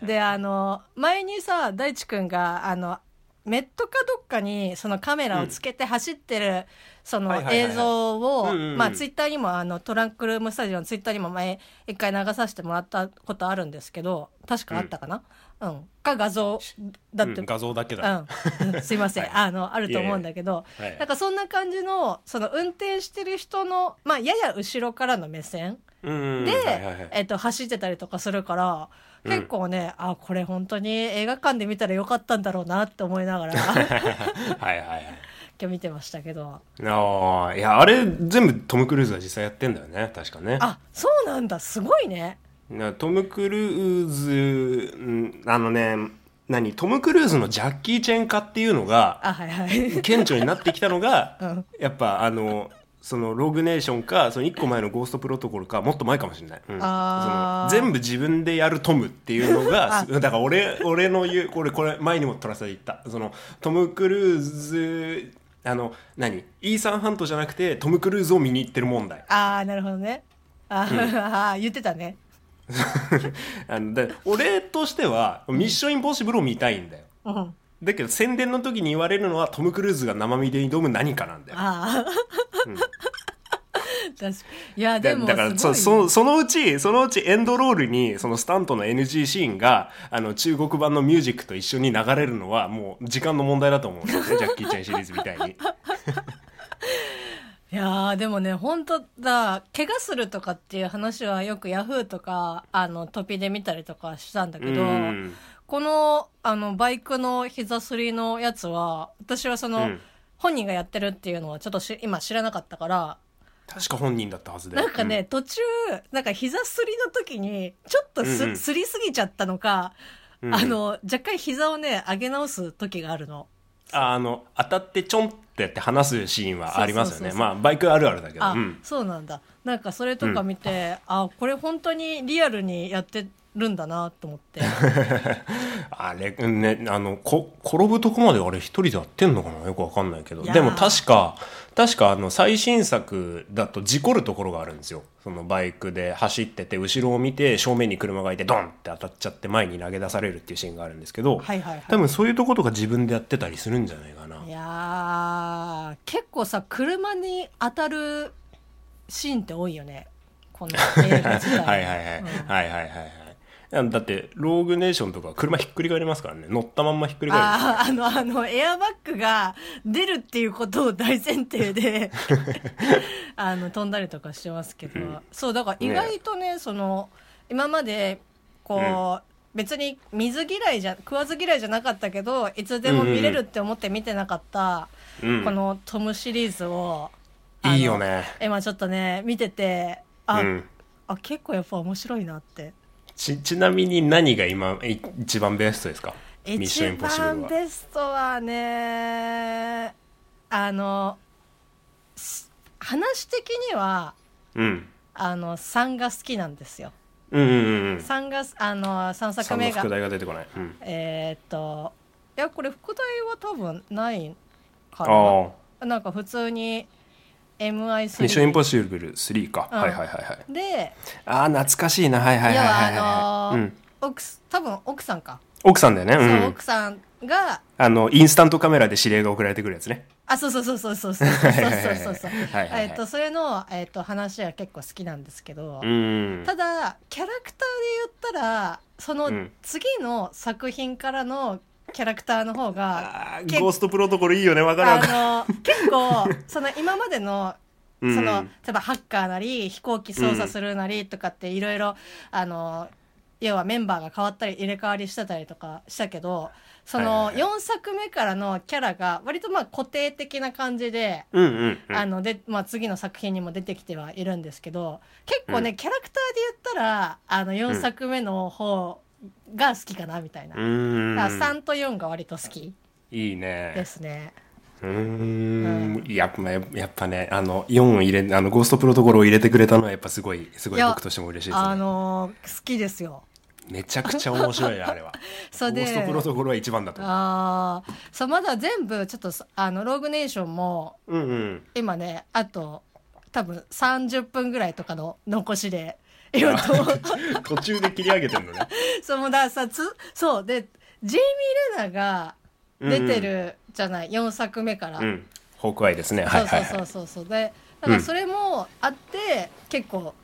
[SPEAKER 2] い
[SPEAKER 1] であの前にさ大地君があのメットかどっかにそのカメラをつけて走ってる、そ
[SPEAKER 2] は
[SPEAKER 1] の
[SPEAKER 2] いはいはいはい
[SPEAKER 1] 映像を
[SPEAKER 2] うんうんうん
[SPEAKER 1] まあツイッターにもあのトランクルームスタジオのツイッターにも前一回流させてもらったことあるんですけど確かあったかな、うんか画像だって、う
[SPEAKER 2] うんん画像だけだ、
[SPEAKER 1] すいません、
[SPEAKER 2] はい
[SPEAKER 1] あのあると思うんだけど
[SPEAKER 2] はい
[SPEAKER 1] なんかそんな感じのその運転してる人の、まあ、やや後ろからの目線
[SPEAKER 2] うん
[SPEAKER 1] で、
[SPEAKER 2] はいはいはい
[SPEAKER 1] えっと、走ってたりとかするから
[SPEAKER 2] うん
[SPEAKER 1] 結構ね、あこれ本当に映画館で見たらよかったんだろうなって思い ながら今
[SPEAKER 2] はいはいはい
[SPEAKER 1] 日見てましたけど
[SPEAKER 2] ああいやあれ全部トム・クルーズが実際やってんだよね確かね
[SPEAKER 1] あそうなんだすごいね
[SPEAKER 2] なトム・クルーズんあのね何トム・クルーズのジャッキー・チェン化っていうのが
[SPEAKER 1] あはいはい、
[SPEAKER 2] 顕著になってきたのが、
[SPEAKER 1] うん
[SPEAKER 2] やっぱあのそのログネーションかその1個前のゴーストプロトコルかもっと前かもしれない、うん
[SPEAKER 1] あー
[SPEAKER 2] その全部自分でやるトムっていうのが
[SPEAKER 1] あ
[SPEAKER 2] だから俺俺の言うこれこれ前にも撮らせて言ったそのトム・クルーズあの何イーサン・ハントじゃなくてトム・クルーズを見に行ってる問題
[SPEAKER 1] あーなるほどねあー、言ってたね
[SPEAKER 2] あので俺としては「ミッション・インポッシブル」を見たいんだよ
[SPEAKER 1] うんあ
[SPEAKER 2] だけど宣伝の時に言われるのはトム・クルーズが生身で挑む何かなんだよ
[SPEAKER 1] あー、
[SPEAKER 2] う ん
[SPEAKER 1] 確かいやで
[SPEAKER 2] だ
[SPEAKER 1] も
[SPEAKER 2] だから
[SPEAKER 1] すご
[SPEAKER 2] そ
[SPEAKER 1] い
[SPEAKER 2] そそのうちそのうちエンドロールにそのスタントの NG シーンがあの中国版のミュージックと一緒に流れるのはもう時間の問題だと思う んですねジャッキー・チェンシリーズみたいに
[SPEAKER 1] いやーでもね本当だ怪我するとかっていう話はよくヤフーとかあのトピで見たりとかしたんだけど、
[SPEAKER 2] うん
[SPEAKER 1] このあのバイクの膝すりのやつは私はその、
[SPEAKER 2] うん
[SPEAKER 1] 本人がやってるっていうのはちょっとし今知らなかったから
[SPEAKER 2] 確か本人だったはずで
[SPEAKER 1] なんかね、、途中なんか膝すりの時にちょっとす,、
[SPEAKER 2] うんうん
[SPEAKER 1] すりすぎちゃったのか、
[SPEAKER 2] うん
[SPEAKER 1] あの若干膝をね上げ直す時があるの。
[SPEAKER 2] ああの当たってちょんってやって話すシーンはあります
[SPEAKER 1] そ
[SPEAKER 2] よ
[SPEAKER 1] う
[SPEAKER 2] ね
[SPEAKER 1] そうそうそう
[SPEAKER 2] まあバイクあるあるだけど
[SPEAKER 1] あ、
[SPEAKER 2] うん
[SPEAKER 1] そうなんだなんかそれとか見て、あこれ本当にリアルにやってるんだなと思って
[SPEAKER 2] あれねあのこ転ぶとこまであれ一人でやってんのかなよくわかんないけど
[SPEAKER 1] いやー
[SPEAKER 2] でも確か確かあの最新作だと事故るところがあるんですよそのバイクで走ってて後ろを見て正面に車がいてドンって当たっちゃって前に投げ出されるっていうシーンがあるんですけど、
[SPEAKER 1] はいはいは
[SPEAKER 2] 多分そういうとことか自分でやってたりするんじゃない かない
[SPEAKER 1] いやー結構さ車に当たるシーンって多いよねこの 映画自体
[SPEAKER 2] はいはいはい、はいはいはいはいだってローグネーションとか車ひっくり返りますからね乗ったまんまひっくり返るんですよ
[SPEAKER 1] あーあのあのエアバッグが出るっていうことを大前提 であの飛んだりとかしてますけど、そうだから意外とねその今までこう、別に水嫌いじゃ食わず嫌いじゃなかったけどいつでも見れるって思って見てなかった、
[SPEAKER 2] うん
[SPEAKER 1] このトムシリーズをあの
[SPEAKER 2] いいよね
[SPEAKER 1] 今ちょっとね見ててあ,、
[SPEAKER 2] うん
[SPEAKER 1] あ結構やっぱ面白いなって
[SPEAKER 2] ちちなみに何が今い一番ベストですかミッシ
[SPEAKER 1] 一
[SPEAKER 2] ョンインポッシブル
[SPEAKER 1] 番
[SPEAKER 2] は
[SPEAKER 1] ベストはねあのす話的には
[SPEAKER 2] うん
[SPEAKER 1] あの3が好きなんですよ
[SPEAKER 2] うんうんうんうん
[SPEAKER 1] 3があの3作
[SPEAKER 2] 三の
[SPEAKER 1] 目が
[SPEAKER 2] 副題が出てこない、うん、
[SPEAKER 1] えーっといやこれ副題は多分ないか
[SPEAKER 2] あ
[SPEAKER 1] ななんか普通に
[SPEAKER 2] あ「ミッションイン
[SPEAKER 1] MI3
[SPEAKER 2] ポッシブル3か」
[SPEAKER 1] うん
[SPEAKER 2] はいはいはいはい
[SPEAKER 1] で
[SPEAKER 2] ああ懐かしいなはいはいはいはいはい
[SPEAKER 1] 要はあの
[SPEAKER 2] う
[SPEAKER 1] ー
[SPEAKER 2] ん、
[SPEAKER 1] 奥す多分奥さんか
[SPEAKER 2] 奥さんだよね。
[SPEAKER 1] そう
[SPEAKER 2] うん。
[SPEAKER 1] 奥さんが
[SPEAKER 2] あの、インスタントカメラで指令が送られてくるやつね。
[SPEAKER 1] あそうそうそうそうそうそうそう
[SPEAKER 2] はいはい
[SPEAKER 1] そ
[SPEAKER 2] は
[SPEAKER 1] う
[SPEAKER 2] い
[SPEAKER 1] そうそう
[SPEAKER 2] はいはいはい
[SPEAKER 1] えっとそれの、えっと話が結構好きなんですけど、
[SPEAKER 2] うん。
[SPEAKER 1] ただキャラクターで言ったらその
[SPEAKER 2] うん
[SPEAKER 1] 次の作品からのキャラクターの方が、
[SPEAKER 2] あ
[SPEAKER 1] け
[SPEAKER 2] ーゴーストプロトコルいいよね。わかるわかる。
[SPEAKER 1] あの結構その今までの
[SPEAKER 2] う
[SPEAKER 1] そ
[SPEAKER 2] ん
[SPEAKER 1] の例えばハッカーなり飛行機操作するなりとかっていろいろあの要はメンバーが変わったり入れ替わりしてたりとかしたけどそ
[SPEAKER 2] は
[SPEAKER 1] の
[SPEAKER 2] いはいは
[SPEAKER 1] 4作目からのキャラが割とまあ固定的な感じで。
[SPEAKER 2] うんうんうん。
[SPEAKER 1] あのでまあ、次の作品にも出てきてはいるんですけど結構ね、キャラクターで言ったらあの4作目の方が好きかなみたいな、
[SPEAKER 2] う
[SPEAKER 1] だから
[SPEAKER 2] ーん。
[SPEAKER 1] 3と4が割と好き
[SPEAKER 2] い
[SPEAKER 1] で
[SPEAKER 2] いね。
[SPEAKER 1] すね。
[SPEAKER 2] うーん。いや、まあやっぱね、あの、4を入れ、あの、ゴーストプロトコルを入れてくれたのはやっぱすごい、すごい
[SPEAKER 1] いや
[SPEAKER 2] 僕としても嬉しいです
[SPEAKER 1] あ
[SPEAKER 2] ね。
[SPEAKER 1] のー好きですよ。
[SPEAKER 2] めちゃくちゃ面白いね、あれは。
[SPEAKER 1] それで
[SPEAKER 2] ゴーストプロトコルは一番だと思う。
[SPEAKER 1] ああ、そう、まだ全部、ちょっとそ、あの、ローグネーションも、
[SPEAKER 2] うんうん。
[SPEAKER 1] 今ね、あと、多分30分ぐらいとかの残しで、いろいろと、
[SPEAKER 2] 途中で切り上げてんのね。
[SPEAKER 1] そう、もうださ、つ、そう、で、ジェイミー・レナが出てるじゃない、4作目から。
[SPEAKER 2] うん。ホークアイですね。は
[SPEAKER 1] そ
[SPEAKER 2] いうは
[SPEAKER 1] そ
[SPEAKER 2] いうは
[SPEAKER 1] そ
[SPEAKER 2] い。
[SPEAKER 1] うそうそう。で、だからそれもあって、結構、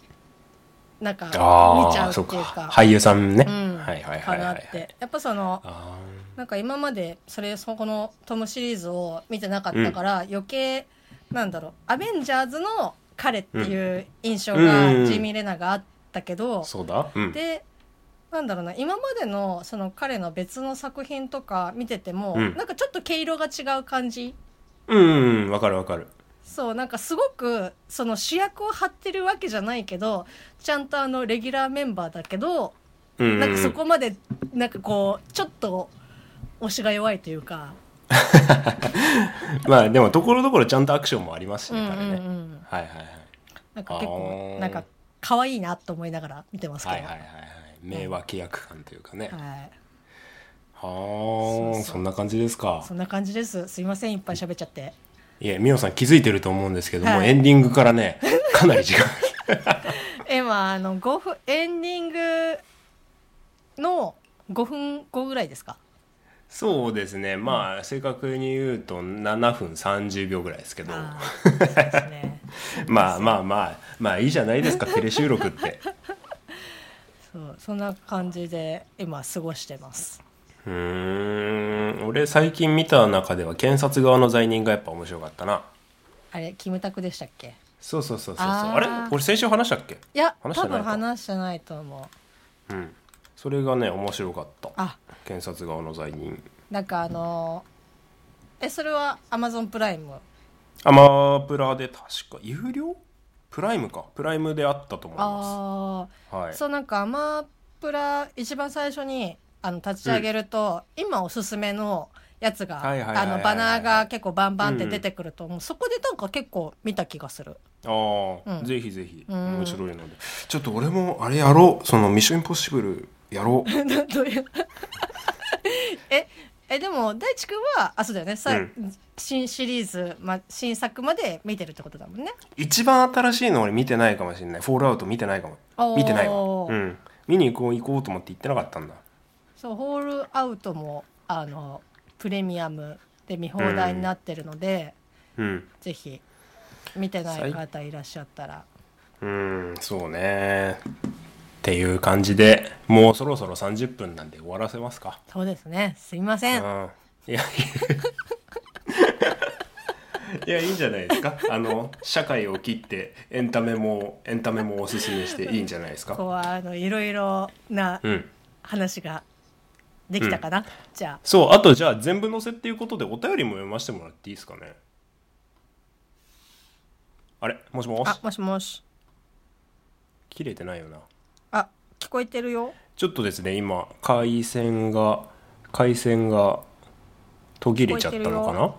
[SPEAKER 1] なんか、見ちゃ
[SPEAKER 2] あ
[SPEAKER 1] う
[SPEAKER 2] あ、
[SPEAKER 1] って
[SPEAKER 2] そ
[SPEAKER 1] いう
[SPEAKER 2] うか。
[SPEAKER 1] か、
[SPEAKER 2] 俳優さんね。
[SPEAKER 1] うん、
[SPEAKER 2] はいはいは
[SPEAKER 1] か
[SPEAKER 2] いは
[SPEAKER 1] なっ
[SPEAKER 2] いはい。
[SPEAKER 1] て。やっぱその、
[SPEAKER 2] あ
[SPEAKER 1] なんか今までそれそこのトムシリーズを見てなかったから、余計なんだろうアベンジャーズの彼っていう印象
[SPEAKER 2] うんうんう
[SPEAKER 1] が
[SPEAKER 2] ん
[SPEAKER 1] ジミー・レナがあったけど
[SPEAKER 2] あ、、そうだ。うん。
[SPEAKER 1] でなんだろうな今までのその彼の別の作品とか見てても、
[SPEAKER 2] うん
[SPEAKER 1] なんかちょっと毛色が違う感じ
[SPEAKER 2] うんうんうん、わかるわかる。
[SPEAKER 1] そうなんかすごくその主役を張ってるわけじゃないけどちゃんとあのレギュラーメンバーだけど
[SPEAKER 2] うんうんうん
[SPEAKER 1] なんかそこまでなんかこうちょっと推しが弱いというか。
[SPEAKER 2] まあでもところどころちゃんとアクションもありますし
[SPEAKER 1] うんう
[SPEAKER 2] ね
[SPEAKER 1] んう
[SPEAKER 2] 彼
[SPEAKER 1] ん、
[SPEAKER 2] ね、はいはいはい
[SPEAKER 1] なんか結構
[SPEAKER 2] あー
[SPEAKER 1] なんか可愛いなと思いながら見てますけど、
[SPEAKER 2] はいはいはいはい名脇役感というかね、は
[SPEAKER 1] はい
[SPEAKER 2] あ
[SPEAKER 1] そうそう
[SPEAKER 2] そんな感じですか
[SPEAKER 1] そんな感じですすいませんいっぱい喋っちゃって
[SPEAKER 2] いや美桜さん気づいてると思うんですけども、
[SPEAKER 1] はい
[SPEAKER 2] エンディングから ねかなり時間
[SPEAKER 1] 今あの5分エンディングの5分後ぐらいですか
[SPEAKER 2] そうですねまあ正確に言うと7分30秒ぐらいですけど
[SPEAKER 1] あーそうですね
[SPEAKER 2] まあまあまあまあいいじゃない ですかテレ収録って
[SPEAKER 1] そうそんな感じで今過ごしてます
[SPEAKER 2] うーん俺最近見た中では検察側の罪人がやっぱ面白かったな
[SPEAKER 1] あれキムタクでしたっけ
[SPEAKER 2] そうそうそうそうそう
[SPEAKER 1] あー
[SPEAKER 2] あれ俺先週話したっけ
[SPEAKER 1] いや
[SPEAKER 2] 話して
[SPEAKER 1] 多
[SPEAKER 2] ない
[SPEAKER 1] 分
[SPEAKER 2] か
[SPEAKER 1] 話してないと思う
[SPEAKER 2] うん、それがね面白かった
[SPEAKER 1] あ
[SPEAKER 2] 検察側の罪人
[SPEAKER 1] なんかあのーえそれはアマゾンプライム
[SPEAKER 2] アマプラで確か有料プライムかプライムであったと思いま
[SPEAKER 1] ああ
[SPEAKER 2] すはい
[SPEAKER 1] そうなんかアマプラ一番最初にあの立ち上げると、今おすすめのやつが
[SPEAKER 2] はいはいはい
[SPEAKER 1] あ
[SPEAKER 2] はいはい
[SPEAKER 1] のバナーが結構バンバンって出てくると、思うそこでなんか結構見た気がする
[SPEAKER 2] ああ、
[SPEAKER 1] うん
[SPEAKER 2] ぜひぜひ
[SPEAKER 1] うん
[SPEAKER 2] 面白いので、ちょっと俺もあれやろうその「ミッションインポッシブル」やろう
[SPEAKER 1] などういう ええでも大地君はあそうだよねさ、
[SPEAKER 2] うん
[SPEAKER 1] 新シリーズ、ま、新作まで見てるってことだもんね
[SPEAKER 2] 一番新しいの俺見てないかもしれない「フォールアウト」見てないか
[SPEAKER 1] お
[SPEAKER 2] も
[SPEAKER 1] ー
[SPEAKER 2] 見てないわうん見に行こう行こうと思って行ってなかったんだ
[SPEAKER 1] そうホールアウトもあのプレミアムで見放題になってるので、
[SPEAKER 2] うん
[SPEAKER 1] ぜひ見てない方いらっしゃったら
[SPEAKER 2] うんそうねっていう感じでもうそろそろ30分なんで終わらせますか
[SPEAKER 1] そうですね。すみません。
[SPEAKER 2] うんいや いやいいんじゃないですかあの社会を切ってエンタメもエンタメもおすすめしていいんじゃないですか
[SPEAKER 1] こうあのいろいろな
[SPEAKER 2] うん
[SPEAKER 1] 話ができたかな。じゃあ
[SPEAKER 2] そうあとじゃあ全部載せっていうことでお便りも読ませてもらっていいですかねあれもしもし
[SPEAKER 1] あもしもし
[SPEAKER 2] 切れてないよな
[SPEAKER 1] あ聞こえてるよ。
[SPEAKER 2] ちょっとですね今回線が回線が途切れちゃったのか
[SPEAKER 1] 聞
[SPEAKER 2] な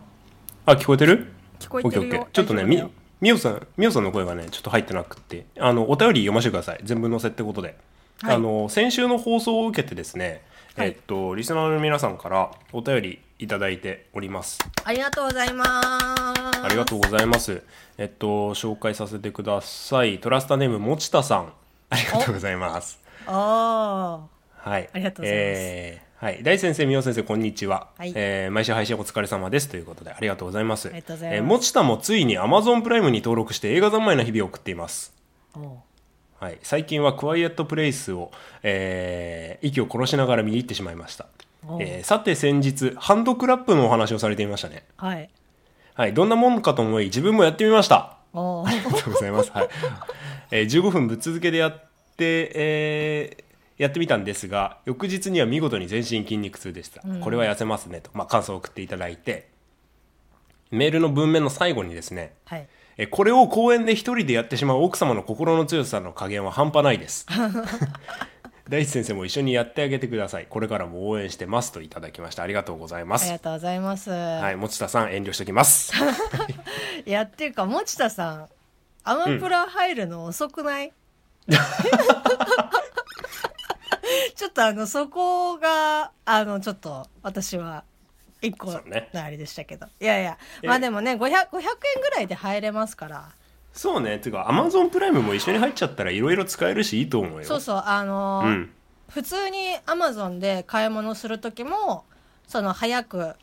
[SPEAKER 2] あ聞こえてる
[SPEAKER 1] 聞こえてるよ。
[SPEAKER 2] ちょっとね、
[SPEAKER 1] 大丈夫だ
[SPEAKER 2] み
[SPEAKER 1] よ、
[SPEAKER 2] みおさん、みおさんの声がね、ちょっと入ってなくって、あの、お便り読ませてください。全部載せってことで。
[SPEAKER 1] はい
[SPEAKER 2] あの、先週の放送を受けてですね、
[SPEAKER 1] はい
[SPEAKER 2] えっと、リスナーの皆さんからお便りいただいております。
[SPEAKER 1] ありがとうございます。
[SPEAKER 2] ありがとうございます。えっと、紹介させてください。トラスタネーム、もちたさん。ありがとうございます。
[SPEAKER 1] おー
[SPEAKER 2] はい。
[SPEAKER 1] ありがとうございます
[SPEAKER 2] えーはい、大先生、みお先生、こんにちは、
[SPEAKER 1] はい
[SPEAKER 2] えー毎週配信お疲れ様ですということで、ありがとうございます。あ
[SPEAKER 1] りがとうございます
[SPEAKER 2] えーもちたもついに Amazon プライムに登録して映画三昧な日々を送っています。
[SPEAKER 1] おう
[SPEAKER 2] はい、最近はクワイエットプレイスを、えー息を殺しながら見に行ってしまいました
[SPEAKER 1] お。う
[SPEAKER 2] えーさて先日、ハンドクラップのお話をされていましたね。
[SPEAKER 1] はい
[SPEAKER 2] はい、どんなもんかと思い、自分もやってみました。
[SPEAKER 1] おう
[SPEAKER 2] ありがとうございます。はい。えー15分ぶっ続けでやって、えーやってみたんですが、翌日には見事に全身筋肉痛でした。これは痩せますねと、まあ、感想を送っていただいて、メールの文面の最後にですね、
[SPEAKER 1] はい
[SPEAKER 2] えーこれを公園で一人でやってしまう奥様の心の強さの加減は半端ない です。大地先生も一緒にやってあげてください。これからも応援してますといただきました。ありがとうございま
[SPEAKER 1] あり
[SPEAKER 2] す
[SPEAKER 1] が。とうございます、
[SPEAKER 2] はい、持田さん遠慮しておきます。
[SPEAKER 1] い、やっていうか持田さんアマプラ入るの遅くない、 ちょっとあのそこがあのちょっと私は一個の
[SPEAKER 2] そうね
[SPEAKER 1] あれでしたけど、いやいやまあでもね 500, 500円ぐらいで入れますから
[SPEAKER 2] そうねてかアマゾンプライムも一緒に入っちゃったらいろいろ使えるしいいと思うよ
[SPEAKER 1] そうそうあのー
[SPEAKER 2] うん
[SPEAKER 1] 普通にアマゾンで買い物する時もその早く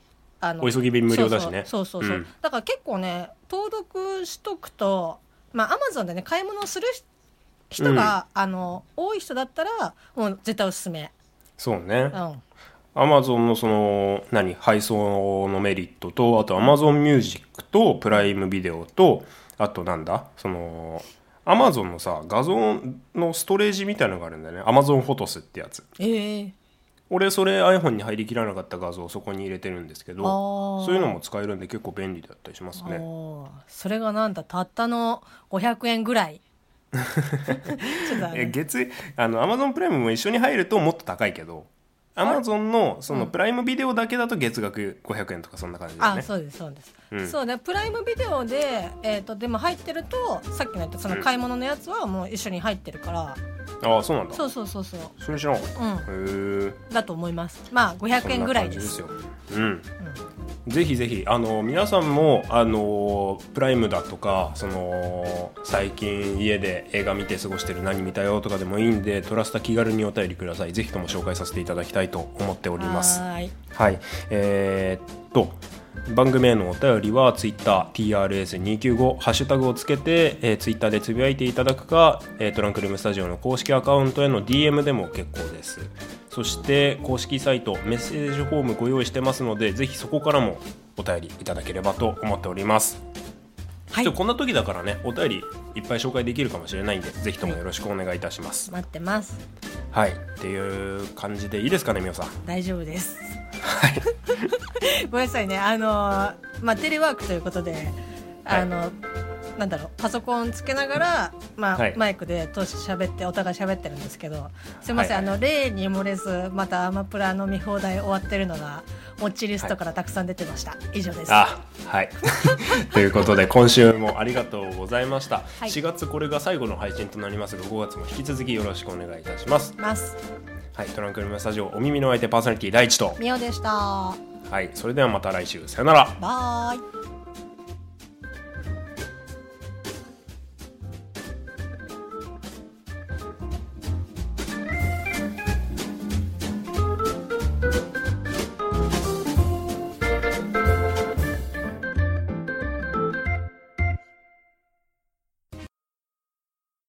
[SPEAKER 1] あの
[SPEAKER 2] お急ぎ便無料だしね
[SPEAKER 1] そうそうそうそう、
[SPEAKER 2] うん
[SPEAKER 1] だから結構ね登録しとくとまあアマゾンでね買い物するひ人が、あの多い人だったらもう絶対おすすめ
[SPEAKER 2] そうね
[SPEAKER 1] うん
[SPEAKER 2] アマゾンのその何配送のメリットとあとアマゾンミュージックとプライムビデオとあとなんだそのアマゾンのさ画像のストレージみたいのがあるんだよねアマゾンフォトスってやつ
[SPEAKER 1] ええ
[SPEAKER 2] 俺それ iPhone に入りきらなかった画像をそこに入れてるんですけど
[SPEAKER 1] あー
[SPEAKER 2] そういうのも使えるんで結構便利だったりしますね
[SPEAKER 1] おーそれがなんだたったの500円ぐら いちょっとあの
[SPEAKER 2] え月あのアマゾンプライムも一緒に入るともっと高いけどアマゾンのそのプライムビデオだけだと月額500円とかそんな感じだよ
[SPEAKER 1] あ
[SPEAKER 2] ね
[SPEAKER 1] そうですそうです、
[SPEAKER 2] うん
[SPEAKER 1] そうねプライムビデオで、えー、とでも入ってるとさっきの言ったその買い物のやつはもう一緒に入ってるから、
[SPEAKER 2] ああそうなんだ
[SPEAKER 1] そうそうそうそう
[SPEAKER 2] それ知らなかった、
[SPEAKER 1] うん
[SPEAKER 2] へえ
[SPEAKER 1] だと思いますまあ500円ぐらいです
[SPEAKER 2] そんな感じですようんぜひぜひあの皆さんもあのプライムだとかその最近家で映画見て過ごしてる何見たよとかでもいいんでトラスタ気軽にお便りくださいぜひとも紹介させていただきたいと思っております
[SPEAKER 1] はーい
[SPEAKER 2] はい、えーっと番組へのお便りはツイッター TRS295 ハッシュタグをつけて、えー、ツイッターでつぶやいていただくか、えートランクルームスタジオの公式アカウントへの DM でも結構ですそして公式サイトメッセージフォームご用意してますのでぜひそこからもお便りいただければと思っております、
[SPEAKER 1] はい
[SPEAKER 2] ちょこんな時だからねお便りいっぱい紹介できるかもしれないんでぜひともよろしくお願いいたします
[SPEAKER 1] 待ってます
[SPEAKER 2] はい、っていう感じでいいですかねみおさん
[SPEAKER 1] 大丈夫です
[SPEAKER 2] はい
[SPEAKER 1] ごめんなさいねあのーまあテレワークということであの、なんだろうパソコンつけながら、まあ
[SPEAKER 2] はい
[SPEAKER 1] マイクで通して喋ってお互い喋ってるんですけどすいません、
[SPEAKER 2] はいはい
[SPEAKER 1] あの例に漏れずまたアマプラの見放題終わってるのがウォッチリストからたくさん出てました、以上です
[SPEAKER 2] あはい ということで今週もありがとうございました、
[SPEAKER 1] はい
[SPEAKER 2] 4月これが最後の配信となりますが5月も引き続きよろしくお願いいたします
[SPEAKER 1] ます
[SPEAKER 2] はいトランクルームスタジオお耳の相手パーソナリティ第一と
[SPEAKER 1] みおでした
[SPEAKER 2] はいそれではまた来週さよなら
[SPEAKER 1] バイ